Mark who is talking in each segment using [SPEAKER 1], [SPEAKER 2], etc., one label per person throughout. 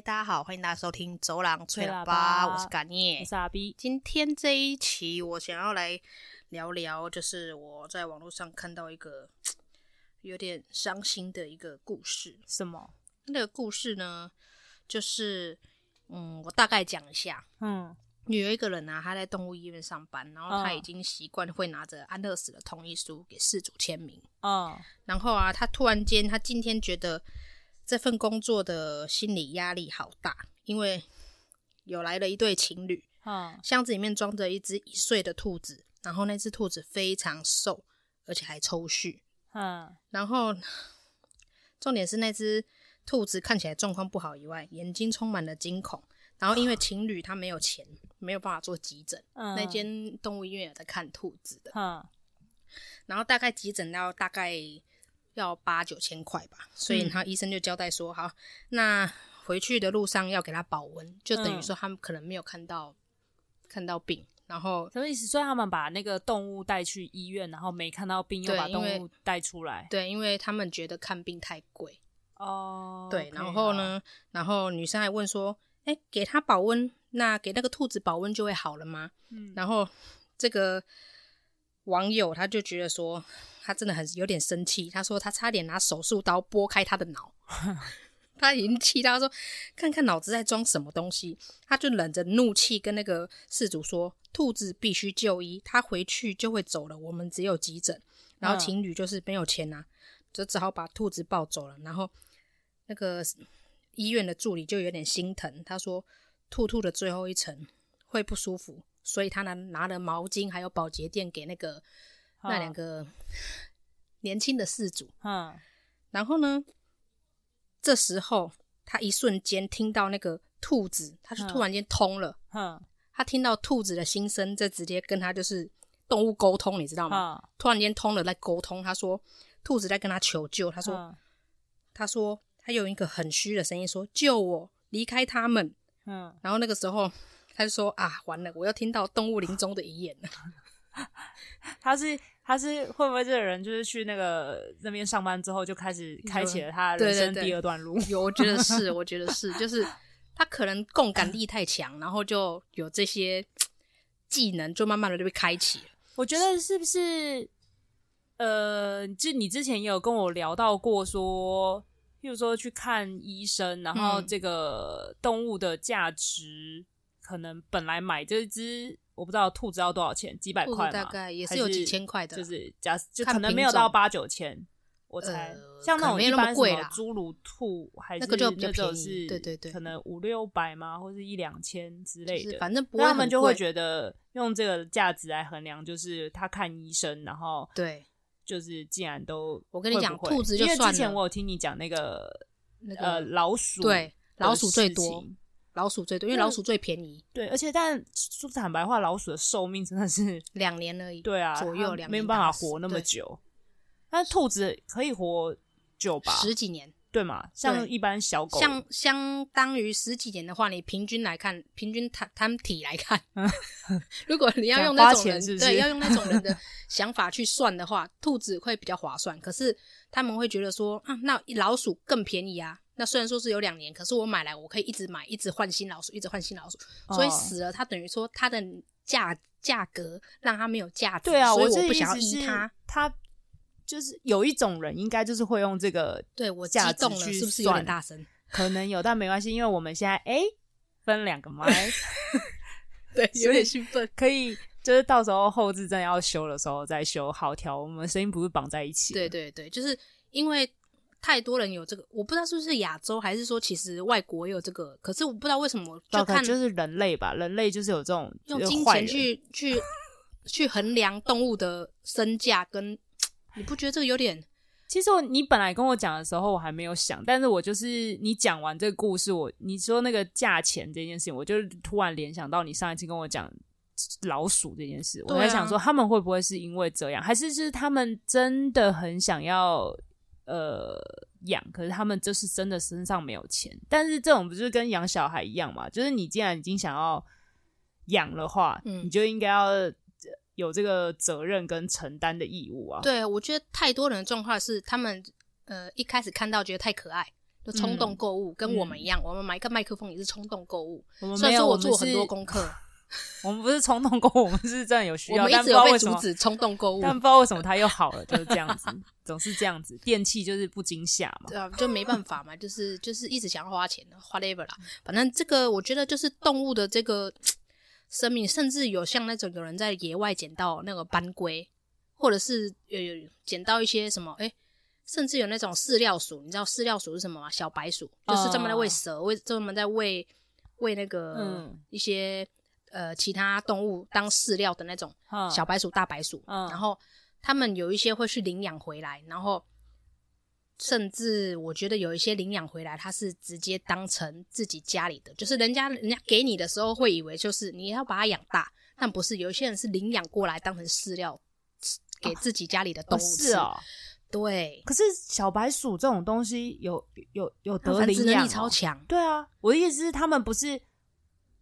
[SPEAKER 1] 大家好，欢迎大家收听《走廊吹喇
[SPEAKER 2] 吹喇叭
[SPEAKER 1] 叭》，我是甘
[SPEAKER 2] 我
[SPEAKER 1] 叶。
[SPEAKER 2] 傻逼，
[SPEAKER 1] 今天这一期，我想要来聊聊，就是我在网络上看到一个有点伤心的一个故事。
[SPEAKER 2] 什么？
[SPEAKER 1] 那个故事呢，就是嗯，我大概讲一下。
[SPEAKER 2] 嗯
[SPEAKER 1] 有一个人啊，他在动物医院上班，然后他
[SPEAKER 2] 嗯
[SPEAKER 1] 已经习惯会拿着安乐死的同意书给事主签名。
[SPEAKER 2] 嗯
[SPEAKER 1] 然后啊，他突然间，他今天觉得这份工作的心理压力好大，因为有来了一对情侣，
[SPEAKER 2] 嗯
[SPEAKER 1] 箱子里面装着一只一岁的兔子，然后那只兔子非常瘦，而且还抽搐。
[SPEAKER 2] 嗯
[SPEAKER 1] 然后重点是那只兔子看起来状况不好以外，眼睛充满了惊恐。然后因为情侣他没有钱，没有办法做急诊，
[SPEAKER 2] 嗯，
[SPEAKER 1] 那间动物医院有在看兔子的。
[SPEAKER 2] 嗯
[SPEAKER 1] 然后大概急诊要大概要八九千块吧，所
[SPEAKER 2] 嗯
[SPEAKER 1] 以他医生就交代说，好，那回去的路上要给他保温，就
[SPEAKER 2] 嗯
[SPEAKER 1] 等于说他们可能没有看到、看到病，然后
[SPEAKER 2] 什么意思？所以他们把那个动物带去医院，然后没看到病，又
[SPEAKER 1] 对
[SPEAKER 2] 把
[SPEAKER 1] 因为
[SPEAKER 2] 动物带出来。
[SPEAKER 1] 对，因为他们觉得看病太贵，
[SPEAKER 2] 哦，
[SPEAKER 1] 对，
[SPEAKER 2] OK，
[SPEAKER 1] 然后呢，然后女生还问说，哎，给他保温，那给那个兔子保温就会好了吗？
[SPEAKER 2] 好？嗯，
[SPEAKER 1] 然后这个网友他就觉得说，他真的很有点生气，他说他差点拿手术刀拨开他的 脑，他已经气到说，看看脑子在装什么东西，他就忍着怒气跟那个事主说，兔子必须就医，他回去就会走了，我们只有急诊，然后
[SPEAKER 2] 嗯
[SPEAKER 1] 情侣就是没有钱啊，就只好把兔子抱走了，然后那个医院的助理就有点心疼，他说兔兔的最后一层会不舒服，所以他拿拿了毛巾还有保洁垫给那个那
[SPEAKER 2] 嗯
[SPEAKER 1] 两个年轻的事主。
[SPEAKER 2] 嗯
[SPEAKER 1] 然后呢，这时候他一瞬间听到那个兔子，他就突然间通了，
[SPEAKER 2] 嗯
[SPEAKER 1] 他听到兔子的心声，再直接跟他就是动物沟通，你知道吗？
[SPEAKER 2] 嗯，
[SPEAKER 1] 突然间通了，在沟通，他说兔子在跟他求救，他
[SPEAKER 2] 他
[SPEAKER 1] 说、他说他用一个很虚的声音说救我，离开他们。
[SPEAKER 2] 嗯，
[SPEAKER 1] 然后那个时候他就说啊，完了，我又听到动物临终的遗言了。
[SPEAKER 2] 他是他是会不会这个人就是去那个那边上班之后就开始开启了他
[SPEAKER 1] 对
[SPEAKER 2] 人
[SPEAKER 1] 对
[SPEAKER 2] 生
[SPEAKER 1] 对
[SPEAKER 2] 第二段路？
[SPEAKER 1] 有，我觉得是，我觉得是，就是他可能共感力太强，然后就有这些技能，就慢慢的就被开启了。
[SPEAKER 2] 我觉得是不是？呃，就你之前也有跟我聊到过说，譬如说去看医生，然后
[SPEAKER 1] 嗯
[SPEAKER 2] 这个动物的价值，可能本来买这只我不知道兔子要多少钱，几百
[SPEAKER 1] 兔
[SPEAKER 2] 块
[SPEAKER 1] 子
[SPEAKER 2] 嘛，
[SPEAKER 1] 大概也
[SPEAKER 2] 还
[SPEAKER 1] 是有几千块的啦，
[SPEAKER 2] 就是假就
[SPEAKER 1] 看
[SPEAKER 2] 可能没有
[SPEAKER 1] 品种
[SPEAKER 2] 到八九千，我猜、
[SPEAKER 1] 呃
[SPEAKER 2] 像
[SPEAKER 1] 可能
[SPEAKER 2] 那种
[SPEAKER 1] 没
[SPEAKER 2] 一
[SPEAKER 1] 那么
[SPEAKER 2] 般什
[SPEAKER 1] 贵
[SPEAKER 2] 么
[SPEAKER 1] 啦
[SPEAKER 2] 侏儒兔还是
[SPEAKER 1] 那个就比较
[SPEAKER 2] 种
[SPEAKER 1] 便宜
[SPEAKER 2] 是，
[SPEAKER 1] 对对对
[SPEAKER 2] 可能五六百嘛，或者一两千之类
[SPEAKER 1] 就
[SPEAKER 2] 的，
[SPEAKER 1] 是反正不
[SPEAKER 2] 那
[SPEAKER 1] 会
[SPEAKER 2] 他们
[SPEAKER 1] 很
[SPEAKER 2] 就会
[SPEAKER 1] 贵
[SPEAKER 2] 觉得用这个价值来衡量，就是他看医生，然后
[SPEAKER 1] 对
[SPEAKER 2] 就是竟然都
[SPEAKER 1] 我跟你讲
[SPEAKER 2] 会不会
[SPEAKER 1] 兔子就
[SPEAKER 2] 因为
[SPEAKER 1] 算
[SPEAKER 2] 之前
[SPEAKER 1] 了
[SPEAKER 2] 我有听你讲那个
[SPEAKER 1] 那
[SPEAKER 2] 呃
[SPEAKER 1] 个
[SPEAKER 2] 老鼠
[SPEAKER 1] 对
[SPEAKER 2] 的
[SPEAKER 1] 老鼠最
[SPEAKER 2] 事
[SPEAKER 1] 多
[SPEAKER 2] 情，
[SPEAKER 1] 老鼠最多，因为
[SPEAKER 2] 那
[SPEAKER 1] 老鼠最便宜，
[SPEAKER 2] 对，而且但说坦白话，老鼠的寿命真的是
[SPEAKER 1] 两年而已。
[SPEAKER 2] 对啊
[SPEAKER 1] 左右
[SPEAKER 2] 它
[SPEAKER 1] 两
[SPEAKER 2] 没有
[SPEAKER 1] 年
[SPEAKER 2] 办法
[SPEAKER 1] 打死
[SPEAKER 2] 活那么
[SPEAKER 1] 对
[SPEAKER 2] 久，但兔子可以活久吧？
[SPEAKER 1] 十几年，
[SPEAKER 2] 对嘛？像
[SPEAKER 1] 对
[SPEAKER 2] 一般小狗，
[SPEAKER 1] 相相当于十几年的话，你平均来看，平均摊摊体来看， 如果你要用那
[SPEAKER 2] 嗯讲花
[SPEAKER 1] 种
[SPEAKER 2] 钱
[SPEAKER 1] 人，
[SPEAKER 2] 是不是
[SPEAKER 1] 对，要用那种人的想法去算的话，兔子会比较划算。可是他们会觉得说，啊，那老鼠更便宜啊。那虽然说是有两年，可是我买来我可以一直买，一直换新老鼠，一直换新老鼠，
[SPEAKER 2] 哦
[SPEAKER 1] 所以死了它等于说它的价价格让它没有价值，
[SPEAKER 2] 对啊，
[SPEAKER 1] 所以
[SPEAKER 2] 这
[SPEAKER 1] 我不
[SPEAKER 2] 意
[SPEAKER 1] 想要
[SPEAKER 2] 思
[SPEAKER 1] 依
[SPEAKER 2] 是
[SPEAKER 1] 它。
[SPEAKER 2] 它就是有一种人，应该就是会用这个
[SPEAKER 1] 对我激
[SPEAKER 2] 价值
[SPEAKER 1] 动了，
[SPEAKER 2] 去
[SPEAKER 1] 是不是有点
[SPEAKER 2] 算
[SPEAKER 1] 大声？
[SPEAKER 2] 可能有，但没关系，因为我们现在哎、诶分两 个麦，
[SPEAKER 1] 对，有
[SPEAKER 2] 所以
[SPEAKER 1] 点兴奋。
[SPEAKER 2] 可以就是到时候后置真的要修的时候再修好调，我们声音不是绑在一起。
[SPEAKER 1] 对，对对，就是因为太多人有这个，我不知道是不是亚洲，还是说其实外国也有这个，可是我不知道为什么就
[SPEAKER 2] 就
[SPEAKER 1] 看
[SPEAKER 2] 看就是人类吧，人类就是有这种
[SPEAKER 1] 用
[SPEAKER 2] 就是
[SPEAKER 1] 金
[SPEAKER 2] 坏
[SPEAKER 1] 钱
[SPEAKER 2] 人
[SPEAKER 1] 去去去衡量动物的身价跟。你不觉得这个有点？
[SPEAKER 2] 其实我你本来跟我讲的时候，我还没有想，但是我就是你讲完这个故事，我你说那个价钱这件事情，我就突然联想到你上一次跟我讲老鼠这件事，
[SPEAKER 1] 对啊
[SPEAKER 2] 我在想说他们会不会是因为这样，还是就是他们真的很想要呃养，可是他们就是真的身上没有钱，但是这种不就是跟养小孩一样嘛？就是你既然已经想要养的话，
[SPEAKER 1] 嗯
[SPEAKER 2] 你就应该要呃有这个责任跟承担的义务啊。
[SPEAKER 1] 对我觉得太多人的状况是，他们呃一开始看到觉得太可爱，就冲动
[SPEAKER 2] 嗯
[SPEAKER 1] 购物，跟我们一样，我们买一个麦克风也是冲动购物。
[SPEAKER 2] 我们
[SPEAKER 1] 虽
[SPEAKER 2] 没
[SPEAKER 1] 然
[SPEAKER 2] 有，
[SPEAKER 1] 说
[SPEAKER 2] 我们
[SPEAKER 1] 做很多
[SPEAKER 2] 是
[SPEAKER 1] 功 课，
[SPEAKER 2] 我们不是冲动购物，我们是真的有需
[SPEAKER 1] 我
[SPEAKER 2] 要，
[SPEAKER 1] 们
[SPEAKER 2] 但
[SPEAKER 1] 一
[SPEAKER 2] 不
[SPEAKER 1] 直
[SPEAKER 2] 知
[SPEAKER 1] 有
[SPEAKER 2] 道
[SPEAKER 1] 被
[SPEAKER 2] 为什
[SPEAKER 1] 阻
[SPEAKER 2] 么，
[SPEAKER 1] 止冲动购物，
[SPEAKER 2] 但不知道为什么它又好了，就是这样子，总是这样子，电器就是不惊吓嘛。
[SPEAKER 1] 对啊，就没办法嘛，就是就是一直想要花钱的，whatever
[SPEAKER 2] 嗯
[SPEAKER 1] 啦。反正这个我觉得就是动物的这个生命，甚至有像那种有人在野外捡到那个斑龟，或者是有有捡到一些什么，哎、甚至有那种饲料鼠，你知道饲料鼠是什么吗？小白鼠，就是专门在喂
[SPEAKER 2] 哦
[SPEAKER 1] 蛇，喂专门在喂喂那个
[SPEAKER 2] 嗯
[SPEAKER 1] 一些、呃其他动物当饲料的那种。
[SPEAKER 2] 嗯
[SPEAKER 1] 小白鼠、大白鼠，
[SPEAKER 2] 嗯
[SPEAKER 1] 然后他们有一些会去领养回来，然后甚至我觉得有一些领养回来，它是直接当成自己家里的，就是人家人家给你的时候会以为就是你要把它养大，但不是，有一些人是领养过来当成饲料吃给自己家里的动
[SPEAKER 2] 哦
[SPEAKER 1] 物吃。
[SPEAKER 2] 是哦，
[SPEAKER 1] 对，
[SPEAKER 2] 可是小白鼠这种东西有有有
[SPEAKER 1] 它们
[SPEAKER 2] 得
[SPEAKER 1] 繁殖
[SPEAKER 2] 领
[SPEAKER 1] 能
[SPEAKER 2] 养
[SPEAKER 1] 力
[SPEAKER 2] 哦、
[SPEAKER 1] 超强，
[SPEAKER 2] 对啊，我的意思是，他们不是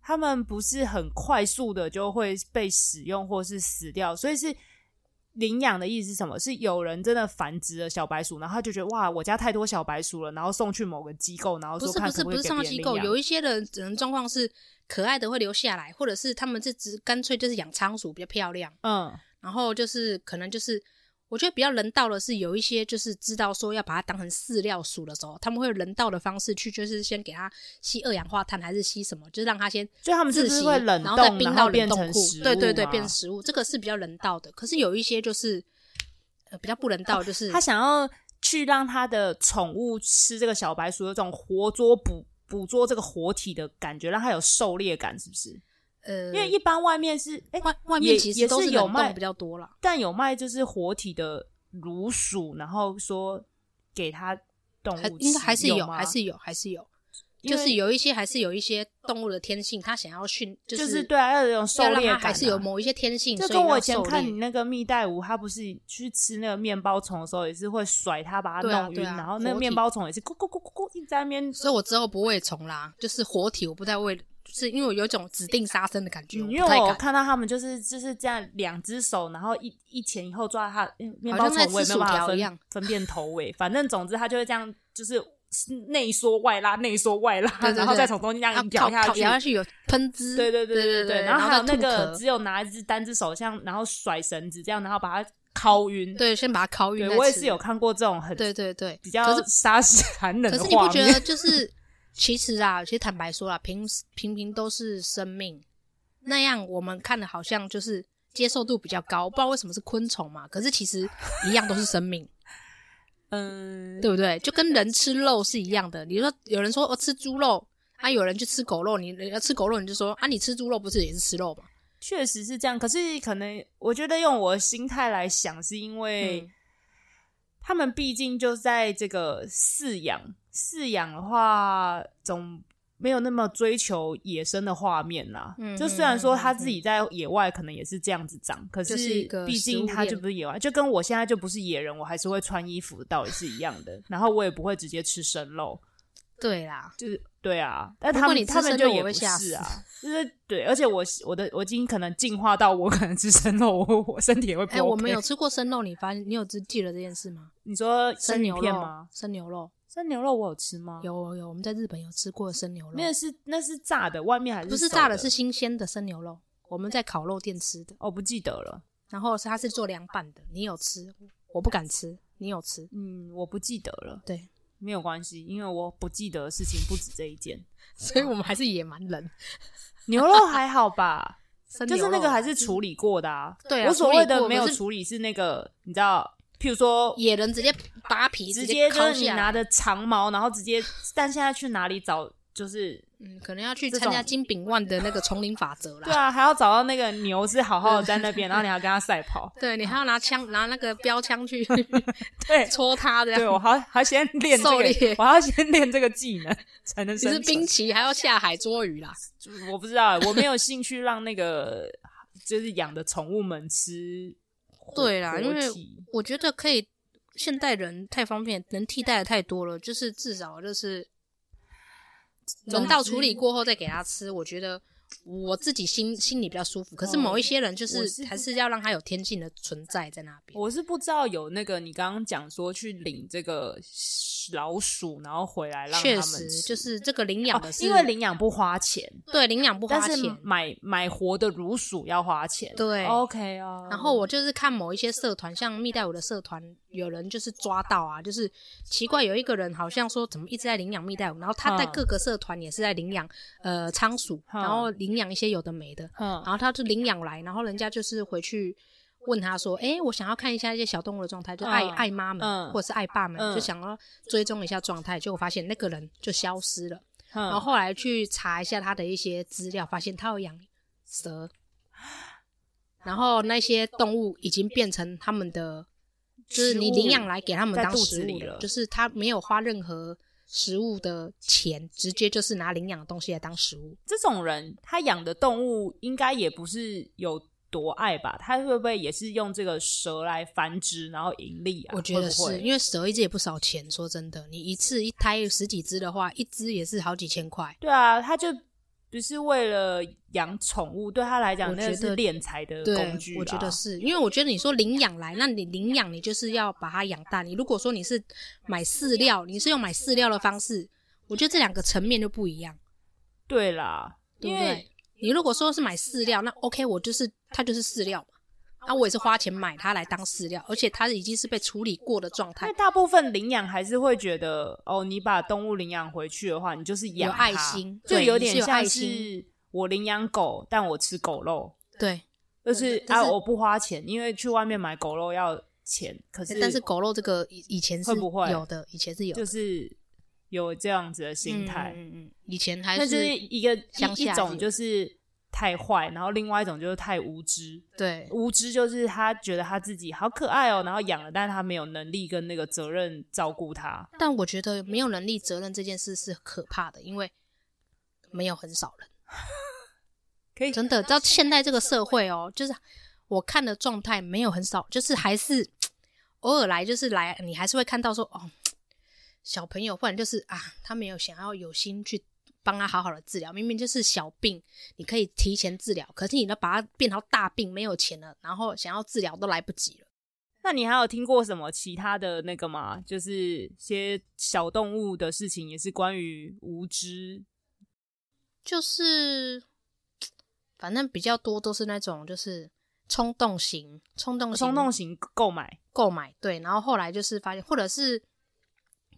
[SPEAKER 2] 他们不是很快速的就会被使用或是死掉，所以是领养的意思是什么？是有人真的繁殖了小白鼠，然后他就觉得哇，我家太多小白鼠了，然后送去某个机构，然后
[SPEAKER 1] 不
[SPEAKER 2] 说
[SPEAKER 1] 是
[SPEAKER 2] 看
[SPEAKER 1] 不是
[SPEAKER 2] 可
[SPEAKER 1] 不
[SPEAKER 2] 可
[SPEAKER 1] 是
[SPEAKER 2] 以给
[SPEAKER 1] 上到
[SPEAKER 2] 别人
[SPEAKER 1] 机
[SPEAKER 2] 领
[SPEAKER 1] 构，
[SPEAKER 2] 养
[SPEAKER 1] 有一些人只能状况是可爱的会留下来，或者是他们这只干脆就是养仓鼠比较漂亮。
[SPEAKER 2] 嗯
[SPEAKER 1] 然后就是可能就是，我觉得比较人道的是，有一些就是知道说要把它当成饲料鼠的时候，他们会有人道的方式去，就是先给它吸二氧化碳还是吸什么，就是让它先
[SPEAKER 2] 就他们是
[SPEAKER 1] 自
[SPEAKER 2] 不是
[SPEAKER 1] 习，
[SPEAKER 2] 会冷
[SPEAKER 1] 然后再
[SPEAKER 2] 冻
[SPEAKER 1] 冰
[SPEAKER 2] 然
[SPEAKER 1] 到
[SPEAKER 2] 后
[SPEAKER 1] 冷
[SPEAKER 2] 变
[SPEAKER 1] 冻
[SPEAKER 2] 成
[SPEAKER 1] 库
[SPEAKER 2] 食，
[SPEAKER 1] 对对
[SPEAKER 2] 物啊
[SPEAKER 1] 对，
[SPEAKER 2] 吗
[SPEAKER 1] 变成食物，这个是比较人道的。可是有一些就是呃比较不人道，就是
[SPEAKER 2] 他想要去让他的宠物吃这个小白鼠，有种活捉捕捕捉这个活体的感觉，让它有狩猎感，是不是？
[SPEAKER 1] 呃
[SPEAKER 2] 因，为一般外面是哎、
[SPEAKER 1] 外外
[SPEAKER 2] 也
[SPEAKER 1] 面其实
[SPEAKER 2] 也
[SPEAKER 1] 都
[SPEAKER 2] 是
[SPEAKER 1] 是
[SPEAKER 2] 有
[SPEAKER 1] 冷
[SPEAKER 2] 卖
[SPEAKER 1] 冻比较多啦。
[SPEAKER 2] 但有卖就是活体的乳鼠，然后说给它动
[SPEAKER 1] 还
[SPEAKER 2] 物吃，
[SPEAKER 1] 应该还是
[SPEAKER 2] 有
[SPEAKER 1] 有，
[SPEAKER 2] 吗，
[SPEAKER 1] 还是有，还是有，
[SPEAKER 2] 因
[SPEAKER 1] 就
[SPEAKER 2] 为
[SPEAKER 1] 是有一些还是有一些动物的天性，它想要训，就
[SPEAKER 2] 就是是对啊，要有种狩
[SPEAKER 1] 要让
[SPEAKER 2] 猎
[SPEAKER 1] 它
[SPEAKER 2] 感、啊，
[SPEAKER 1] 还是有某一些天性，
[SPEAKER 2] 就
[SPEAKER 1] 所以
[SPEAKER 2] 跟我
[SPEAKER 1] 要
[SPEAKER 2] 以前
[SPEAKER 1] 狩
[SPEAKER 2] 看
[SPEAKER 1] 猎
[SPEAKER 2] 你那个蜜袋鼯，它不是去吃那个面包虫的时候，也是会甩它，把它
[SPEAKER 1] 对啊
[SPEAKER 2] 弄晕，
[SPEAKER 1] 对啊
[SPEAKER 2] 然后那个
[SPEAKER 1] 活
[SPEAKER 2] 面
[SPEAKER 1] 体
[SPEAKER 2] 包虫也是咕咕咕咕咕一直在那边
[SPEAKER 1] 所以我之后不喂虫啦，就是活体我不太喂，就是因为我有一种指定杀生的感觉，
[SPEAKER 2] 嗯
[SPEAKER 1] 我
[SPEAKER 2] 因
[SPEAKER 1] 不太
[SPEAKER 2] 为我
[SPEAKER 1] 敢。
[SPEAKER 2] 看到他们就是就是这样，两只手，然后一一前一后抓他面包
[SPEAKER 1] 好像在
[SPEAKER 2] 虫，我也
[SPEAKER 1] 吃
[SPEAKER 2] 没有办
[SPEAKER 1] 薯
[SPEAKER 2] 法
[SPEAKER 1] 条一
[SPEAKER 2] 分
[SPEAKER 1] 样
[SPEAKER 2] 分辨头尾。反正总之，他就会这样，就是嗯内缩外拉，内缩外拉，
[SPEAKER 1] 对对
[SPEAKER 2] 然后
[SPEAKER 1] 对
[SPEAKER 2] 再从中间这样
[SPEAKER 1] 咬
[SPEAKER 2] 咬下去。
[SPEAKER 1] 咬下去有喷汁，
[SPEAKER 2] 对对
[SPEAKER 1] 对
[SPEAKER 2] 对
[SPEAKER 1] 对
[SPEAKER 2] 然后还有
[SPEAKER 1] 再吐
[SPEAKER 2] 那个
[SPEAKER 1] 壳
[SPEAKER 2] 只有拿一只单只手像，然后甩绳子这样，然后把它敲晕。
[SPEAKER 1] 对，先把它烤
[SPEAKER 2] 对，
[SPEAKER 1] 匀。
[SPEAKER 2] 我也是有，看过这种很
[SPEAKER 1] 对对对，
[SPEAKER 2] 比较
[SPEAKER 1] 可是
[SPEAKER 2] 杀死寒冷
[SPEAKER 1] 可
[SPEAKER 2] 的
[SPEAKER 1] 是你不
[SPEAKER 2] 画
[SPEAKER 1] 觉
[SPEAKER 2] 面。
[SPEAKER 1] 得就是，其实啊，其实坦白说啦，平平平都是生命，那样我们看的好像就是接受度比较高，不知道为什么是昆虫嘛，可是其实一样都是生 命。
[SPEAKER 2] 嗯，
[SPEAKER 1] 对不对？就跟人吃肉是一样的。你说有人说哦吃猪肉，啊有人去吃狗肉，你人家吃狗肉你就说啊你吃猪肉不是也是吃肉吗？
[SPEAKER 2] 确实是这样。可是可能我觉得用我的心态来想，是因为。
[SPEAKER 1] 嗯
[SPEAKER 2] 他们毕竟就在这个饲养，饲养的话总没有那么追求野生的画面啦。
[SPEAKER 1] 嗯
[SPEAKER 2] 就虽然说他自己在野外可能也是这样子长，可
[SPEAKER 1] 就是一个
[SPEAKER 2] 毕竟
[SPEAKER 1] 食
[SPEAKER 2] 他
[SPEAKER 1] 物
[SPEAKER 2] 就
[SPEAKER 1] 链
[SPEAKER 2] 不是野外，就跟我现在就不是野人，我还是会穿衣服，道理是一样的。然后我也不会直接吃生肉，
[SPEAKER 1] 对啦，
[SPEAKER 2] 就是对啊，但
[SPEAKER 1] 如
[SPEAKER 2] 他
[SPEAKER 1] 果
[SPEAKER 2] 们
[SPEAKER 1] 你吃
[SPEAKER 2] 他们
[SPEAKER 1] 生
[SPEAKER 2] 就
[SPEAKER 1] 肉
[SPEAKER 2] 也
[SPEAKER 1] 我
[SPEAKER 2] 不
[SPEAKER 1] 会吓
[SPEAKER 2] 是
[SPEAKER 1] 死
[SPEAKER 2] 啊，就是对，而且我我的我已经可能进化到我可能吃生肉，我我身体也会不 OK、
[SPEAKER 1] 哎、我们有吃过生肉，你发现你有知记了这件事吗？
[SPEAKER 2] 你说生
[SPEAKER 1] 生
[SPEAKER 2] 鱼
[SPEAKER 1] 牛
[SPEAKER 2] 片
[SPEAKER 1] 肉
[SPEAKER 2] 吗？？
[SPEAKER 1] 生牛肉
[SPEAKER 2] 生牛肉我有吃吗？
[SPEAKER 1] 有有，我们在日本有吃过生牛肉，
[SPEAKER 2] 那是那是炸的，外面还是
[SPEAKER 1] 不是
[SPEAKER 2] 熟
[SPEAKER 1] 炸的，是新鲜的生牛肉。我们在烤肉店吃的，
[SPEAKER 2] 哦，不记得了，
[SPEAKER 1] 然后是它是做凉拌的，你有吃？我不敢吃，你有吃？
[SPEAKER 2] 嗯，我不记得了，
[SPEAKER 1] 对，
[SPEAKER 2] 没有关系，因为我不记得的事情不止这一件。
[SPEAKER 1] 所以我们还是野蛮人。
[SPEAKER 2] 牛肉还好吧，
[SPEAKER 1] 生
[SPEAKER 2] 就是
[SPEAKER 1] 牛
[SPEAKER 2] 那
[SPEAKER 1] 肉啊
[SPEAKER 2] 个还是处理过的啊。
[SPEAKER 1] 对啊
[SPEAKER 2] 我所谓
[SPEAKER 1] 处理
[SPEAKER 2] 的
[SPEAKER 1] 过
[SPEAKER 2] 没有
[SPEAKER 1] 可是
[SPEAKER 2] 处理是那个，你知道，譬如说。
[SPEAKER 1] 野嗯人直接扒皮，
[SPEAKER 2] 直
[SPEAKER 1] 接
[SPEAKER 2] 就
[SPEAKER 1] 抠
[SPEAKER 2] 是你
[SPEAKER 1] 下来
[SPEAKER 2] 拿着长毛，然后直接，但现在去哪里找？ 就是
[SPEAKER 1] 嗯，可能要去
[SPEAKER 2] 这
[SPEAKER 1] 参加
[SPEAKER 2] 种
[SPEAKER 1] 金炳万的那个丛林法则啦。
[SPEAKER 2] 对啊，还要找到那个牛是好好的在那 边，然后你还要跟它赛跑。
[SPEAKER 1] 对你还要拿枪，拿那个标枪 去
[SPEAKER 2] 对，
[SPEAKER 1] 戳他的。
[SPEAKER 2] 对我还 还先练这
[SPEAKER 1] 狩
[SPEAKER 2] 个
[SPEAKER 1] 猎，
[SPEAKER 2] 我还要先练这个技 能才能
[SPEAKER 1] 你
[SPEAKER 2] 生
[SPEAKER 1] 是
[SPEAKER 2] 存。
[SPEAKER 1] 冰淇还要下海捉鱼啦？
[SPEAKER 2] 就是我不知道欸，我没有兴趣让那个就是养的宠物们吃活。
[SPEAKER 1] 对啦
[SPEAKER 2] 活
[SPEAKER 1] 因为
[SPEAKER 2] 体
[SPEAKER 1] 我觉得可以，现代人太方便，能替代的太多了，就是至少就是人道处理过后再给他吃，我觉得。我自己心心里比较舒服，可是
[SPEAKER 2] 哦
[SPEAKER 1] 某一些人就
[SPEAKER 2] 我
[SPEAKER 1] 是
[SPEAKER 2] 是
[SPEAKER 1] 还是要让他有天性的存在在那边。
[SPEAKER 2] 我是不知道有那个你刚刚讲说去领这个老鼠，然后回来让他
[SPEAKER 1] 确
[SPEAKER 2] 们
[SPEAKER 1] 实
[SPEAKER 2] 吃
[SPEAKER 1] 就是这个领养
[SPEAKER 2] 哦
[SPEAKER 1] 的是，
[SPEAKER 2] 因为领养不花钱，
[SPEAKER 1] 对领养不花
[SPEAKER 2] 但是
[SPEAKER 1] 钱。
[SPEAKER 2] 买买活的乳鼠要花钱。
[SPEAKER 1] 对
[SPEAKER 2] ，OK 啊。
[SPEAKER 1] 然后我就是看某一些社团，像蜜袋鼯的社团，有人就是抓到啊，就是奇怪，有一个人好像说怎么一直在领养蜜袋鼯，然后他在
[SPEAKER 2] 嗯
[SPEAKER 1] 各个社团也是在领养呃仓鼠，
[SPEAKER 2] 嗯
[SPEAKER 1] 然后领养一些有的没的，
[SPEAKER 2] 嗯
[SPEAKER 1] 然后他就领养来，然后人家就是回去问他说，哎，我想要看一下一些小动物的状态，就爱、
[SPEAKER 2] 嗯
[SPEAKER 1] 爱妈们、
[SPEAKER 2] 嗯
[SPEAKER 1] 或者是爱爸们，
[SPEAKER 2] 嗯
[SPEAKER 1] 就想要追踪一下状态，结果发现那个人就消失了，
[SPEAKER 2] 嗯，
[SPEAKER 1] 然后后来去查一下他的一些资料，发现他有养蛇，然后那些动物已经变成他们的，就是你
[SPEAKER 2] 食物
[SPEAKER 1] 领养来给他们当食
[SPEAKER 2] 在肚子
[SPEAKER 1] 物
[SPEAKER 2] 里
[SPEAKER 1] 了，
[SPEAKER 2] 了
[SPEAKER 1] 就是他没有花任何食物的钱，直接就是拿领养的东西来当食物。
[SPEAKER 2] 这种人他养的动物应该也不是有多爱吧？他会不会也是用这个蛇来繁殖，然后盈利啊？
[SPEAKER 1] 我觉得是
[SPEAKER 2] 会不会
[SPEAKER 1] 因为蛇一只也不少钱，说真的，你一次一胎十几只的话，一只也是好几千块。
[SPEAKER 2] 对啊，他就不是为了养宠物，对他来讲
[SPEAKER 1] 我觉
[SPEAKER 2] 那
[SPEAKER 1] 得
[SPEAKER 2] 个是敛财的
[SPEAKER 1] 对
[SPEAKER 2] 工具、啊。
[SPEAKER 1] 我觉得是因为我觉得你说领养来，那你领养你就是要把它养大。你如果说你是买饲料，你是用买饲料的方式，我觉得这两个层面就不一样，
[SPEAKER 2] 对啦，
[SPEAKER 1] 对
[SPEAKER 2] 因
[SPEAKER 1] 不
[SPEAKER 2] 为
[SPEAKER 1] 对？你如果说是买饲料，那 OK，我就是它就是饲料嘛，
[SPEAKER 2] 啊
[SPEAKER 1] 那我也是花钱买它来当饲料，而且它已经是被处理过的状
[SPEAKER 2] 因
[SPEAKER 1] 态，
[SPEAKER 2] 为大部分领养还是会觉得，哦，你把动物领养回去的话，你就是养
[SPEAKER 1] 有爱
[SPEAKER 2] 它
[SPEAKER 1] 心
[SPEAKER 2] 就
[SPEAKER 1] 对
[SPEAKER 2] 有
[SPEAKER 1] 你
[SPEAKER 2] 点
[SPEAKER 1] 是有
[SPEAKER 2] 像
[SPEAKER 1] 爱心
[SPEAKER 2] 是我领养狗，但我吃狗肉，
[SPEAKER 1] 对。
[SPEAKER 2] 就是
[SPEAKER 1] 但
[SPEAKER 2] 啊，
[SPEAKER 1] 是
[SPEAKER 2] 我不花钱，因为去外面买狗肉要钱，可是
[SPEAKER 1] 但是狗肉这个以以前是
[SPEAKER 2] 会不会
[SPEAKER 1] 有的，以前是有的
[SPEAKER 2] 就是有这样子的心态，
[SPEAKER 1] 嗯嗯嗯嗯，以前还
[SPEAKER 2] 那就是一个
[SPEAKER 1] 乡
[SPEAKER 2] 一
[SPEAKER 1] 下是
[SPEAKER 2] 一种就是太坏，然后另外一种就是太无知。
[SPEAKER 1] 对
[SPEAKER 2] 无知就是他觉得他自己好可爱哦、然后养了，但是他没有能力跟那个责任照顾它。
[SPEAKER 1] 但我觉得没有能力责任这件事是可怕的，因为没有很少人。
[SPEAKER 2] 可以
[SPEAKER 1] 真的到现在这个社会哦，就是我看的状态没有很少，就是还是偶尔来，就是来，你还是会看到说哦，小朋友，或者就是啊，他没有想要有心去帮他好好的治疗，明明就是小病，你可以提前治疗，可是你呢把它变成大病，没有钱了，然后想要治疗都来不及了。
[SPEAKER 2] 那你还有听过什么其他的那个吗？就是些小动物的事情，也是关于无知。
[SPEAKER 1] 就是，反正比较多都是那种就是冲动型、冲动型
[SPEAKER 2] 冲动型购买，
[SPEAKER 1] 购买，对，然后后来就是发现，或者是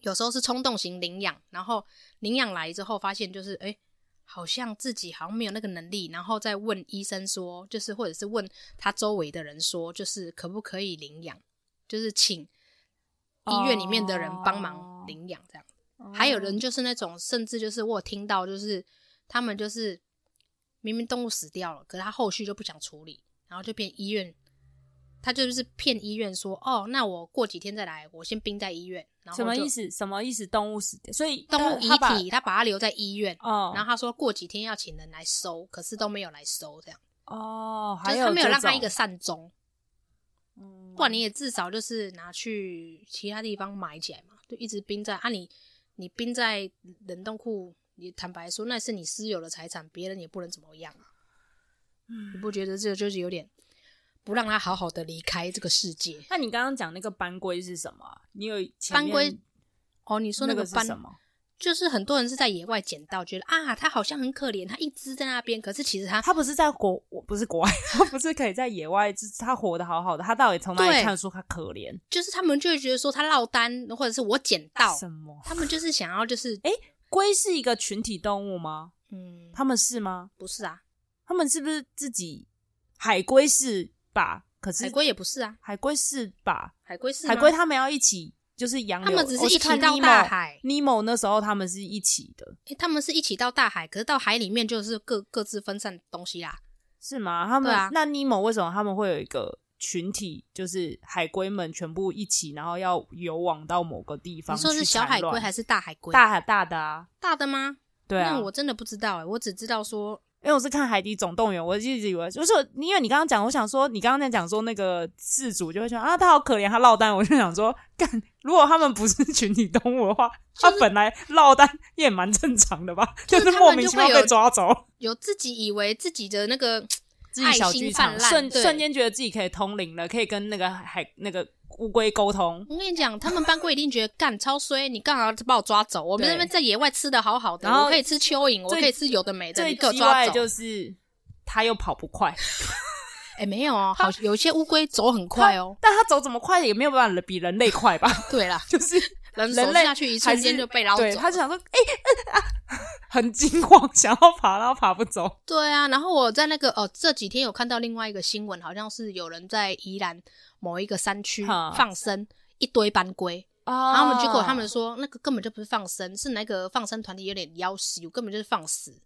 [SPEAKER 1] 有时候是冲动型领养，然后领养来之后发现就是，哎，好像自己好像没有那个能力，然后再问医生说，就是或者是问他周围的人说，就是可不可以领养，就是请医院里面的人帮忙领养这样。
[SPEAKER 2] 哦
[SPEAKER 1] 还有人就是那种，甚至就是我有听到，就是他们就是明明动物死掉了，可是他后续就不想处理，然后就变医院，他就是骗医院说，哦，那我过几天再来，我先冰在医院，然后
[SPEAKER 2] 什么
[SPEAKER 1] 就
[SPEAKER 2] 意？思？什么意思？动物死掉，所以
[SPEAKER 1] 动物
[SPEAKER 2] 呃
[SPEAKER 1] 遗
[SPEAKER 2] 他把
[SPEAKER 1] 体，他把它留在医院，
[SPEAKER 2] 哦，
[SPEAKER 1] 然后他说过几天要请人来收，可是都没有来收，这样，
[SPEAKER 2] 哦，
[SPEAKER 1] 就
[SPEAKER 2] 还
[SPEAKER 1] 是他没有
[SPEAKER 2] 这
[SPEAKER 1] 让他
[SPEAKER 2] 种
[SPEAKER 1] 一个，善终，
[SPEAKER 2] 嗯
[SPEAKER 1] 不然你也至少就是拿去其他地方买起来嘛，就一直冰在啊你你冰在冷冻库，你坦白说那是你私有的财产，别人也不能怎么样啊。你不觉得这就是有点不让他好好的离开这个世界？
[SPEAKER 2] 那你刚刚讲那个班规是什么啊？你有前
[SPEAKER 1] 班
[SPEAKER 2] 面
[SPEAKER 1] 规哦，你说
[SPEAKER 2] 那
[SPEAKER 1] 个
[SPEAKER 2] 是
[SPEAKER 1] 斑，
[SPEAKER 2] 什么？
[SPEAKER 1] 就是很多人是在野外捡到，觉得啊，它好像很可怜，它一只在那边，可是其实它
[SPEAKER 2] 他不是在国，我不是国外，他不是可以在野外，就是他活得好好的，他到底从哪
[SPEAKER 1] 对
[SPEAKER 2] 里看得出他可怜？
[SPEAKER 1] 就是他们就会觉得说它落单，或者是我捡到，
[SPEAKER 2] 什么？
[SPEAKER 1] 他们就是想要就是
[SPEAKER 2] 龟是一个群体动物吗？
[SPEAKER 1] 嗯，
[SPEAKER 2] 他们是吗？
[SPEAKER 1] 不是啊，
[SPEAKER 2] 他们是不是自己？海龟是吧？可是
[SPEAKER 1] 海龟也不是啊，
[SPEAKER 2] 海龟是吧？
[SPEAKER 1] 海龟是
[SPEAKER 2] 海
[SPEAKER 1] 吗
[SPEAKER 2] 龟他们要一起，就是洋流。
[SPEAKER 1] 他们只是
[SPEAKER 2] 我
[SPEAKER 1] 一
[SPEAKER 2] 是
[SPEAKER 1] 起
[SPEAKER 2] 看
[SPEAKER 1] 到
[SPEAKER 2] Nemo-
[SPEAKER 1] 大海
[SPEAKER 2] Nemo 那时候他们是一起的，
[SPEAKER 1] 诶他们是一起到大海，可是到海里面就是各各自分散东西啦。
[SPEAKER 2] 是吗？他们、
[SPEAKER 1] 对啊
[SPEAKER 2] 那 Nemo 为什么他们会有一个群体，就是海龟们全部一起，然后要游往到某个地方
[SPEAKER 1] 你
[SPEAKER 2] 去
[SPEAKER 1] 说是小海龟还
[SPEAKER 2] 是
[SPEAKER 1] 是大海龟？
[SPEAKER 2] 大海大的啊？
[SPEAKER 1] 大的吗？
[SPEAKER 2] 对啊，
[SPEAKER 1] 那我真的不知道哎、我只知道 说
[SPEAKER 2] 因为我是看《海底总动员》，我一直以为就是因为你刚刚讲，我想说你刚刚在讲说那个事主就会说啊，他好可怜，他落单，我就想说，干，如果他们不是群体动物的话，
[SPEAKER 1] 就是
[SPEAKER 2] 他本来落单也蛮正常的吧，
[SPEAKER 1] 就是
[SPEAKER 2] 是
[SPEAKER 1] 他们
[SPEAKER 2] 莫名其妙
[SPEAKER 1] 就会有
[SPEAKER 2] 被抓走。
[SPEAKER 1] 有自己以为自己的那个
[SPEAKER 2] 自己小剧场
[SPEAKER 1] 爱心泛，滥
[SPEAKER 2] 瞬
[SPEAKER 1] 对
[SPEAKER 2] 瞬间觉得自己可以通灵了，可以跟那个海那个乌龟沟通。
[SPEAKER 1] 我跟你讲，他们班规一定觉得干超衰，你干嘛把我抓走？我们
[SPEAKER 2] 对
[SPEAKER 1] 那边在野外吃的好好的，
[SPEAKER 2] 然后
[SPEAKER 1] 我可以吃蚯蚓，我
[SPEAKER 2] 最
[SPEAKER 1] 可以吃有的没的，
[SPEAKER 2] 最
[SPEAKER 1] 你给我
[SPEAKER 2] 奇
[SPEAKER 1] 抓
[SPEAKER 2] 怪
[SPEAKER 1] 走
[SPEAKER 2] 的。就是他又跑不快，
[SPEAKER 1] 哎、没有哦，好，有些乌龟走很快哦。
[SPEAKER 2] 但他走怎么快也没有办法比人类快吧？
[SPEAKER 1] 对啦，
[SPEAKER 2] 就是
[SPEAKER 1] 人
[SPEAKER 2] 人
[SPEAKER 1] 手
[SPEAKER 2] 类
[SPEAKER 1] 下去一
[SPEAKER 2] 还
[SPEAKER 1] 瞬间
[SPEAKER 2] 是
[SPEAKER 1] 就被捞走
[SPEAKER 2] 对，。他就想说，哎、呃啊，很惊慌，想要爬，然后爬不走。
[SPEAKER 1] 对啊，然后我在那个哦，这几天有看到另外一个新闻，好像是有人在宜兰某一个山区
[SPEAKER 2] 哈
[SPEAKER 1] 放生一堆斑龟，
[SPEAKER 2] 啊
[SPEAKER 1] 然后我们结果他们说那个根本就不是放生，是那个放生团体有点要死，根本就是放死。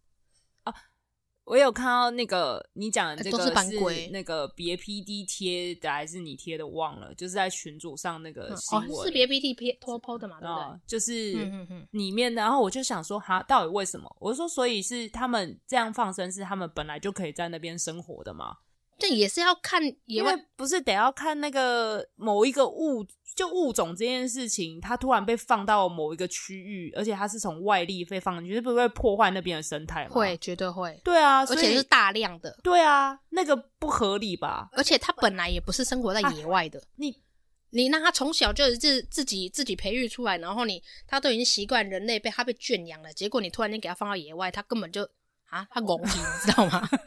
[SPEAKER 2] 我有看到那个你讲的这
[SPEAKER 1] 哎都是
[SPEAKER 2] 个
[SPEAKER 1] 班
[SPEAKER 2] 是
[SPEAKER 1] 规
[SPEAKER 2] 那个别 PD 贴的还是你贴的忘了？就是在群组上那个
[SPEAKER 1] 嗯
[SPEAKER 2] 新
[SPEAKER 1] 哦
[SPEAKER 2] 闻、，
[SPEAKER 1] 是别 PT 贴偷剖的嘛，对不对？
[SPEAKER 2] 啊，就是
[SPEAKER 1] 嗯嗯嗯
[SPEAKER 2] 里面，然后我就想说，哈，到底为什么？我说，所以是他们这样放生，是他们本来就可以在那边生活的嘛？
[SPEAKER 1] 这也是要看野
[SPEAKER 2] 因
[SPEAKER 1] 外
[SPEAKER 2] 为不是得要看那个某一个物就物种这件事情，它突然被放到某一个区域，而且它是从外力被放进去，是不是会破坏那边的生态嘛？
[SPEAKER 1] 会，，绝对会，
[SPEAKER 2] 对啊，
[SPEAKER 1] 而
[SPEAKER 2] 所
[SPEAKER 1] 且
[SPEAKER 2] 以
[SPEAKER 1] 是大量的，
[SPEAKER 2] 对啊，那个不合理吧？
[SPEAKER 1] 而且它本来也不是生活
[SPEAKER 2] 啊
[SPEAKER 1] 在野外的。
[SPEAKER 2] 你
[SPEAKER 1] 你让它从小就是自自己自己培育出来，然后你它都已经习惯人类被它被圈养了，结果你突然间给它放到野外，它根本就啊，它拱你，你知道吗？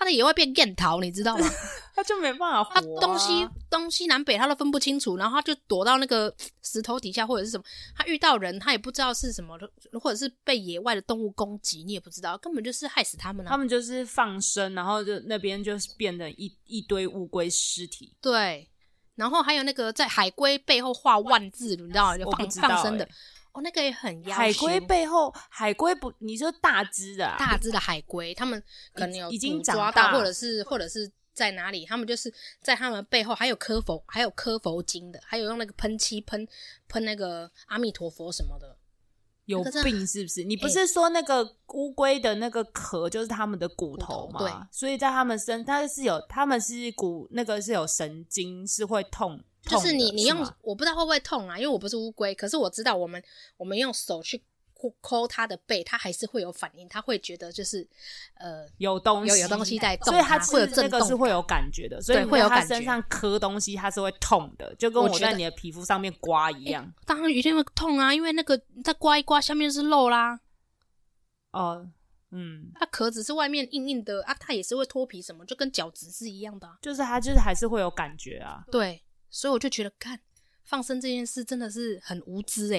[SPEAKER 1] 它的野外变燕桃，你知道吗？
[SPEAKER 2] 他就没办法活、
[SPEAKER 1] 它
[SPEAKER 2] 啊，
[SPEAKER 1] 东西东西南北它都分不清楚，然后它就躲到那个 石头底下或者是什么，它遇到人它也不知道是什么，或者是被野外的动物攻击，你也不知道，根本就是害死它们啊！
[SPEAKER 2] 他们就是放生，然后就那边就是变成一一堆乌龟尸体。
[SPEAKER 1] 对，然后还有那个在海龟背后画万字，你知道吗？就
[SPEAKER 2] 我不
[SPEAKER 1] 放
[SPEAKER 2] 知道
[SPEAKER 1] 放生的
[SPEAKER 2] 欸，
[SPEAKER 1] 哦，那个也很要
[SPEAKER 2] 海
[SPEAKER 1] 求
[SPEAKER 2] 龟背后，海龟不，你说大只的、啊，
[SPEAKER 1] 大只的海龟，他们可能有
[SPEAKER 2] 已经
[SPEAKER 1] 捕抓
[SPEAKER 2] 长大
[SPEAKER 1] 到，或者是或者是在哪里，他们就是在他们背后还有磕佛，还有磕佛经的，还有用那个喷漆喷喷那个阿弥陀佛什么的。
[SPEAKER 2] 有
[SPEAKER 1] 那个真的
[SPEAKER 2] 病是不是？你不
[SPEAKER 1] 哎
[SPEAKER 2] 是说那个乌龟的那个壳就是它们的骨头吗？
[SPEAKER 1] 骨头对
[SPEAKER 2] 所以在它们身，它是有，它们是骨那个是有神经，是会痛，
[SPEAKER 1] 就
[SPEAKER 2] 痛的
[SPEAKER 1] 是你你用
[SPEAKER 2] 吗
[SPEAKER 1] 我不知道会不会痛啊，因为我不是乌龟，可是我知道我们我们用手去抠抠它的背，它还是会有反应，它会觉得就是呃
[SPEAKER 2] 有东西
[SPEAKER 1] 有有东西在动
[SPEAKER 2] 所以它
[SPEAKER 1] 它会有
[SPEAKER 2] 吃那
[SPEAKER 1] 震
[SPEAKER 2] 个
[SPEAKER 1] 动
[SPEAKER 2] 是会有感觉的，所以
[SPEAKER 1] 对
[SPEAKER 2] 你
[SPEAKER 1] 会有
[SPEAKER 2] 在它
[SPEAKER 1] 感觉
[SPEAKER 2] 身上磕东西，它是会痛的，就跟
[SPEAKER 1] 我
[SPEAKER 2] 我
[SPEAKER 1] 觉得
[SPEAKER 2] 在你的皮肤上面刮一样。
[SPEAKER 1] 当然一定会痛啊，因为那个它刮一刮，下面是肉啦，
[SPEAKER 2] 哦，嗯，
[SPEAKER 1] 它壳子是外面硬硬的啊，它也是会脱皮什么，就跟角质是一样的、啊。
[SPEAKER 2] 就是它就是还是会有感觉啊。
[SPEAKER 1] 对，所以我就觉得，看放生这件事真的是很无知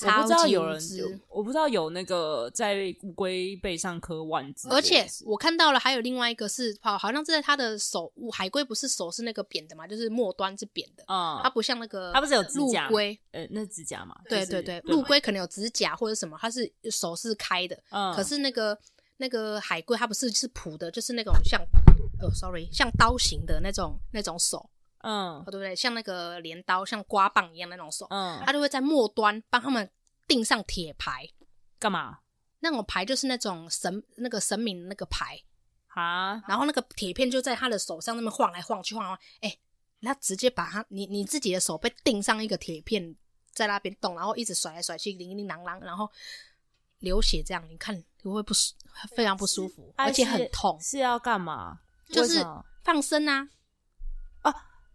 [SPEAKER 1] 哎、
[SPEAKER 2] 我不知
[SPEAKER 1] 超
[SPEAKER 2] 道
[SPEAKER 1] 级
[SPEAKER 2] 有
[SPEAKER 1] 无
[SPEAKER 2] 人
[SPEAKER 1] 知
[SPEAKER 2] 有，我不知道有那个在乌龟背上刻万字
[SPEAKER 1] 而
[SPEAKER 2] 这件
[SPEAKER 1] 且
[SPEAKER 2] 事，嗯
[SPEAKER 1] 我看到了，还有另外一个是，好，好像是在它的手，海龟不是手是那个扁的嘛，就是末端是扁的，
[SPEAKER 2] 嗯，
[SPEAKER 1] 它不像那个，
[SPEAKER 2] 它不是有指甲
[SPEAKER 1] 陆龟，
[SPEAKER 2] 呃，那是指甲嘛，
[SPEAKER 1] 对
[SPEAKER 2] 就是
[SPEAKER 1] 对对，
[SPEAKER 2] 嘛
[SPEAKER 1] 陆龟可能有指甲或者什么，它是手是开的，
[SPEAKER 2] 嗯，
[SPEAKER 1] 可是那个那个海龟它不是是普的，就是那种像，哦，sorry，像刀型的那种那种手，
[SPEAKER 2] 嗯
[SPEAKER 1] 哦，对不对？像那个镰刀、像刮棒一样那种手，
[SPEAKER 2] 嗯，
[SPEAKER 1] 它就会在末端帮他们钉上铁牌，
[SPEAKER 2] 干嘛
[SPEAKER 1] 那种牌就是那种神那个神明的那个牌，
[SPEAKER 2] 啊？
[SPEAKER 1] 然后那个铁片就在他的手上那么晃来晃去晃来晃，哎、他直接把他你你自己的手被钉上一个铁片在那边动，然后一直甩来甩去，叮叮当当，然后流血这样，你看会不会不舒非常不舒服，
[SPEAKER 2] 啊
[SPEAKER 1] 而且
[SPEAKER 2] 是
[SPEAKER 1] 很痛，
[SPEAKER 2] 是要干嘛？
[SPEAKER 1] 就
[SPEAKER 2] 为
[SPEAKER 1] 是
[SPEAKER 2] 什么
[SPEAKER 1] 放生啊，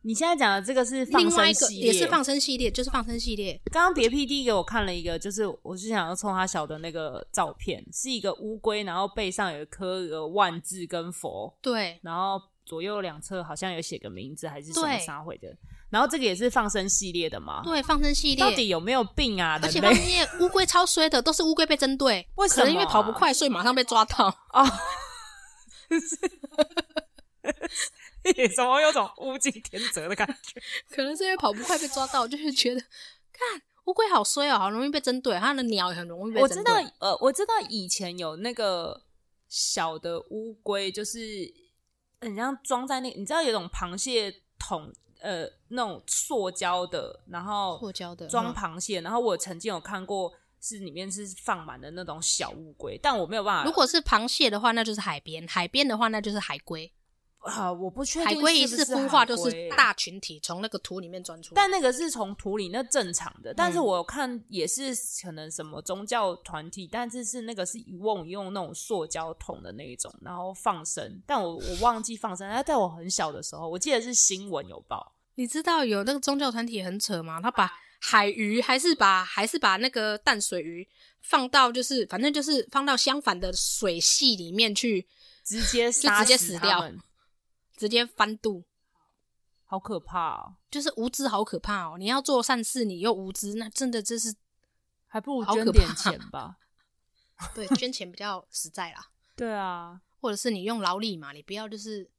[SPEAKER 2] 你现在讲的这个是放
[SPEAKER 1] 另外
[SPEAKER 2] 生
[SPEAKER 1] 一个
[SPEAKER 2] 系列
[SPEAKER 1] 也是放生系列，就是放生系列，
[SPEAKER 2] 刚刚别 P D 给我看了一个，就是我是想要冲他小的那个照片，是一个乌龟，然后背上有一颗有个万字跟佛，
[SPEAKER 1] 对
[SPEAKER 2] 然后左右两侧好像有写个名字还是什么
[SPEAKER 1] 对
[SPEAKER 2] 啥会的，然后这个也是放生系列的嘛？
[SPEAKER 1] 对，放生系
[SPEAKER 2] 到
[SPEAKER 1] 列。
[SPEAKER 2] 底有没有病啊？
[SPEAKER 1] 而且
[SPEAKER 2] 人
[SPEAKER 1] 放
[SPEAKER 2] 类
[SPEAKER 1] 生系列乌龟超衰的，都是乌龟被针对，
[SPEAKER 2] 为什么
[SPEAKER 1] 可
[SPEAKER 2] 啊
[SPEAKER 1] 能因为跑不快，所以马上被抓到。
[SPEAKER 2] 哦，是 怎么有种物竞天择的感觉？
[SPEAKER 1] 可能是因为跑不快被抓到，就是觉得看乌龟好衰哦，好容易被针对，它的鸟也很容易被
[SPEAKER 2] 我
[SPEAKER 1] 针对。
[SPEAKER 2] 知道，呃，我知道以前有那个小的乌龟，就是很像装在那，你知道有种螃蟹桶，呃，那种塑胶的，然后
[SPEAKER 1] 塑胶的
[SPEAKER 2] 装
[SPEAKER 1] 嗯
[SPEAKER 2] 螃蟹，然后我曾经有看过。是里面是放满的那种小乌龟，但我没有办法。
[SPEAKER 1] 如果是螃蟹的话，那就是海边；海边的话，那就是海龟。
[SPEAKER 2] 啊，我不确定
[SPEAKER 1] 海龟一
[SPEAKER 2] 是
[SPEAKER 1] 次
[SPEAKER 2] 不是
[SPEAKER 1] 孵化就
[SPEAKER 2] 海
[SPEAKER 1] 是
[SPEAKER 2] 龟
[SPEAKER 1] 大群体从那个土里面钻出来，
[SPEAKER 2] 但那个是从土里，那正常的。但是
[SPEAKER 1] 嗯
[SPEAKER 2] 我看也是可能什么宗教团体，但是是那个是一瓮一瓮那种塑胶桶的那一种，然后放生。但我我忘记放生，但在我很小的时候，我记得是新闻有报，
[SPEAKER 1] 你知道有那个宗教团体很扯吗？他把海鱼还是把还是把那个淡水鱼放到就是反正就是放到相反的水系里面去，
[SPEAKER 2] 直接 杀
[SPEAKER 1] 就直接
[SPEAKER 2] 死
[SPEAKER 1] 死
[SPEAKER 2] 他
[SPEAKER 1] 掉
[SPEAKER 2] 们
[SPEAKER 1] 直接翻肚，
[SPEAKER 2] 好可怕哦！
[SPEAKER 1] 就是无知好可怕哦！你要做善事，你又无知，那真的真是
[SPEAKER 2] 还不如
[SPEAKER 1] 好
[SPEAKER 2] 捐
[SPEAKER 1] 可
[SPEAKER 2] 点
[SPEAKER 1] 怕
[SPEAKER 2] 钱吧。
[SPEAKER 1] 对捐钱比较实在啦，
[SPEAKER 2] 对啊，
[SPEAKER 1] 或者是你用劳力嘛，你不要就是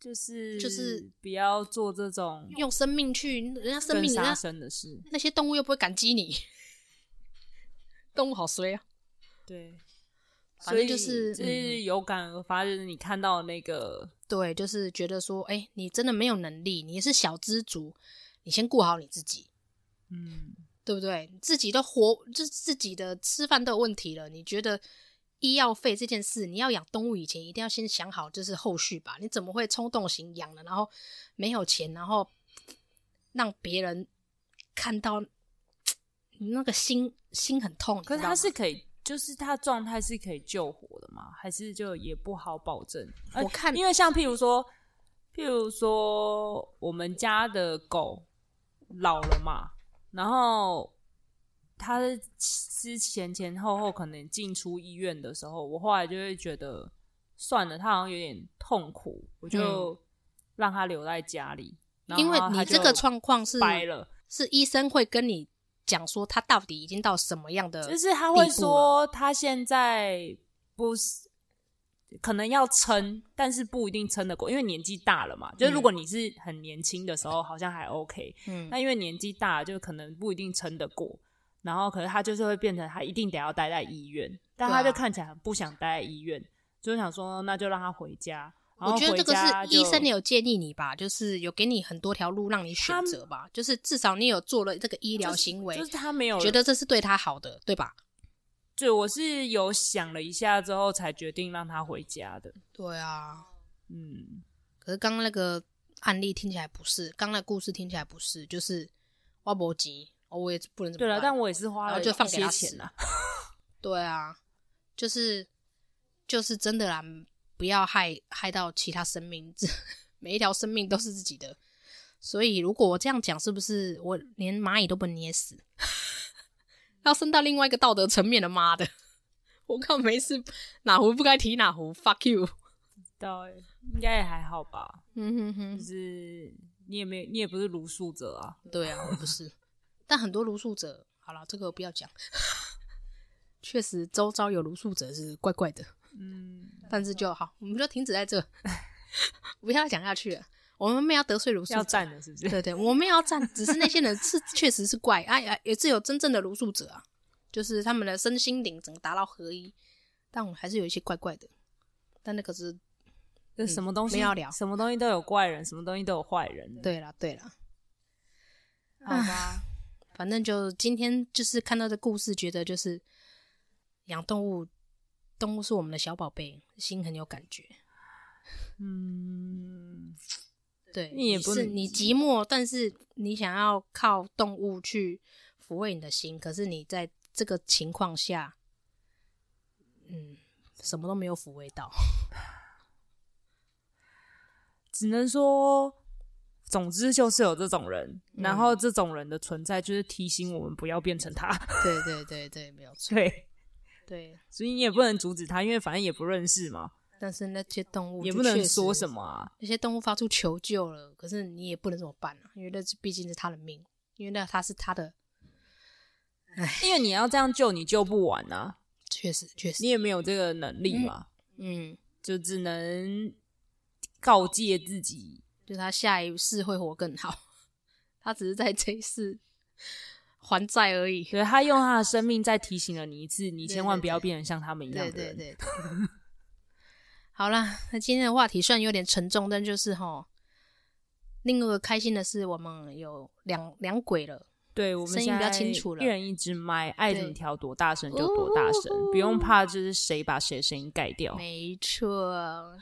[SPEAKER 2] 就是
[SPEAKER 1] 就是
[SPEAKER 2] 不要做这种
[SPEAKER 1] 用生命去人家生
[SPEAKER 2] 更
[SPEAKER 1] 命，人
[SPEAKER 2] 杀
[SPEAKER 1] 家
[SPEAKER 2] 生的事。
[SPEAKER 1] 那些动物又不会感激你，动物好衰啊！
[SPEAKER 2] 对，
[SPEAKER 1] 反正就是嗯
[SPEAKER 2] 所以就是有感而发，就是你看到那个
[SPEAKER 1] 对，就是觉得说，哎、你真的没有能力，你是小知足，你先顾好你自己，
[SPEAKER 2] 嗯。
[SPEAKER 1] 对不对？自己都活，就是自己的吃饭都有问题了，你觉得医药费这件事，你要养动物以前，一定要先想好就是后续吧？你怎么会冲动型养了，然后没有钱，然后让别人看到你那个心心很痛？你
[SPEAKER 2] 可是
[SPEAKER 1] 知道
[SPEAKER 2] 他
[SPEAKER 1] 吗
[SPEAKER 2] 是可以，就是他状态是可以救活的嘛？还是就也不好保证？呃
[SPEAKER 1] 我看
[SPEAKER 2] 因为像譬如说，譬如说我们家的狗老了嘛，然后它之前前后后可能进出医院的时候，我后来就会觉得算了，它好像有点痛苦，我就让它留在家里。然后
[SPEAKER 1] 嗯因为
[SPEAKER 2] 它
[SPEAKER 1] 你
[SPEAKER 2] 哦就
[SPEAKER 1] 这个状况是
[SPEAKER 2] 掰了，
[SPEAKER 1] 是医生会跟你讲说他到底已经到什么样的
[SPEAKER 2] 就是他会
[SPEAKER 1] 地步
[SPEAKER 2] 说他现在不是可能要撑，但是不一定撑得过，因为年纪大了嘛。就是如果你是很年轻的时候，好像还 OK，
[SPEAKER 1] 嗯
[SPEAKER 2] 那因为年纪大了，就可能不一定撑得过。然后，可是他就是会变成他一定得要待在医院，但
[SPEAKER 1] 对啊
[SPEAKER 2] 他就看起来很不想待在医院，就想说那就让他回家。然
[SPEAKER 1] 我
[SPEAKER 2] 后
[SPEAKER 1] 觉得
[SPEAKER 2] 回
[SPEAKER 1] 这个
[SPEAKER 2] 家
[SPEAKER 1] 是医
[SPEAKER 2] 就
[SPEAKER 1] 生有建议你吧，就是有给你很多条路让你选择吧，就是至少你有做了这个医疗行为，
[SPEAKER 2] 就是他没有
[SPEAKER 1] 觉得这是对他好的，对吧？
[SPEAKER 2] 对我是有想了一下之后才决定让他回家的。
[SPEAKER 1] 对啊，
[SPEAKER 2] 嗯，
[SPEAKER 1] 可是刚刚那个案例听起来不是，刚刚那故事听起来不是，就是挖脖急，哦我也不能怎么
[SPEAKER 2] 对了，
[SPEAKER 1] 办
[SPEAKER 2] 但我也是花
[SPEAKER 1] 然
[SPEAKER 2] 了
[SPEAKER 1] 后就放
[SPEAKER 2] 一
[SPEAKER 1] 给
[SPEAKER 2] 些
[SPEAKER 1] 他
[SPEAKER 2] 钱
[SPEAKER 1] 死
[SPEAKER 2] 啊。
[SPEAKER 1] 对啊，就是就是真的啦，不要害害到其他生命， 这每一条生命都是自己的。所以如果我这样讲，是不是我连蚂蚁都不能捏死？ 要升到另外一个道德层面了，妈的！ 我靠，没事，哪壶不该提哪壶，fuck you！
[SPEAKER 2] 到欸应该也还好吧，
[SPEAKER 1] 嗯哼
[SPEAKER 2] 就
[SPEAKER 1] 哼，
[SPEAKER 2] 是你也没有你也不是卢素者啊，
[SPEAKER 1] 对啊，我不是。但很多卢素者，好了，这个我不要讲。 确实，周遭有卢素者是怪怪的。
[SPEAKER 2] 嗯，
[SPEAKER 1] 但是就好，我们就停止在这， 不要讲下去了。我们没有要得罪卢素
[SPEAKER 2] 要
[SPEAKER 1] 者，
[SPEAKER 2] 站的是不是？
[SPEAKER 1] 对对，我们也要站，只是那些人是 确实是怪，哎、呀，也是有真正的卢素者啊，就是他们的身心灵整个达到合一，但我们还是有一些怪怪的。但那个是
[SPEAKER 2] 这什么东西
[SPEAKER 1] 没有嗯聊
[SPEAKER 2] 什么东西都有怪人，什么东西都有坏人的，
[SPEAKER 1] 对啦对啦，
[SPEAKER 2] 好吧？
[SPEAKER 1] 反正就今天就是看到这故事，觉得就是养动物，动物是我们的小宝贝，心很有感觉。
[SPEAKER 2] 嗯，
[SPEAKER 1] 对，
[SPEAKER 2] 你也不
[SPEAKER 1] 是
[SPEAKER 2] 能
[SPEAKER 1] 你寂寞，但是你想要靠动物去抚慰你的心，可是你在这个情况下，嗯，什么都没有抚慰 到。
[SPEAKER 2] 只能说，总之就是有这种人，
[SPEAKER 1] 嗯
[SPEAKER 2] 然后这种人的存在就是提醒我们不要变成他，
[SPEAKER 1] 对对对对，没有错。
[SPEAKER 2] 对，
[SPEAKER 1] 对，
[SPEAKER 2] 所以你也不能阻止他，因为反正也不认识嘛，
[SPEAKER 1] 但是那些动物
[SPEAKER 2] 也不能说
[SPEAKER 1] 么，
[SPEAKER 2] 什么啊，
[SPEAKER 1] 那些动物发出求救了，可是你也不能怎么办啊，因为那是毕竟是它的命，因为那它是它的，
[SPEAKER 2] 因为你要这样救你救不完啊，
[SPEAKER 1] 确实确实
[SPEAKER 2] 你，也没有这个能力嘛。
[SPEAKER 1] 嗯，
[SPEAKER 2] 就只能告诫自己，
[SPEAKER 1] 就是它下一世会活更好， 它只是在这一世还债而已。
[SPEAKER 2] 对他用他的生命再提醒了你一次，你
[SPEAKER 1] 对
[SPEAKER 2] 千万
[SPEAKER 1] 对
[SPEAKER 2] 不要变成像他们一样
[SPEAKER 1] 对
[SPEAKER 2] 的人。
[SPEAKER 1] 对对 对。好啦，那今天的话题虽然有点沉重，但就是吼，另外一个开心的是，我们有两两轨了，
[SPEAKER 2] 对我们
[SPEAKER 1] 声音
[SPEAKER 2] 现
[SPEAKER 1] 比较
[SPEAKER 2] 在
[SPEAKER 1] 清楚了
[SPEAKER 2] 一人一支麦，爱怎么
[SPEAKER 1] 对哦
[SPEAKER 2] 调多大声就多大声，不用怕就是谁把谁的声音盖掉。
[SPEAKER 1] 没错。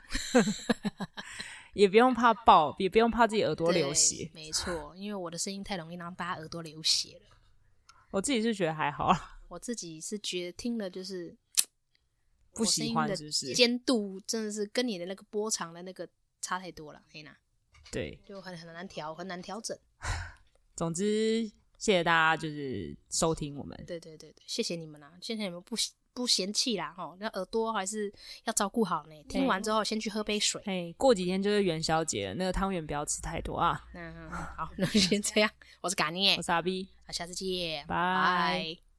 [SPEAKER 2] 也不用怕爆，也不用怕自己耳朵流血
[SPEAKER 1] 对。没错，因为我的声音太容易让大家耳朵流血了。
[SPEAKER 2] 我自己是觉得还好啦，
[SPEAKER 1] 我自己是觉得听了就是
[SPEAKER 2] 不喜欢是不
[SPEAKER 1] 我声音的
[SPEAKER 2] 是？
[SPEAKER 1] 尖度真的是跟你的那个波长的那个差太多了，黑娜
[SPEAKER 2] 对，
[SPEAKER 1] 就很很难调，很难调整。
[SPEAKER 2] 总之谢谢大家就是收听我们，
[SPEAKER 1] 对对对对，谢谢你们啦，谢谢你们不不嫌弃啦哦，那耳朵还是要照顾好呢。听完之后先去喝杯水。
[SPEAKER 2] 嘿，过几天就是元宵节了，那个汤圆不要吃太多啊。
[SPEAKER 1] 嗯，好，那就先这样。我是嘎尼耶
[SPEAKER 2] 我，是阿 B，
[SPEAKER 1] 好下次见，
[SPEAKER 2] 拜
[SPEAKER 1] 拜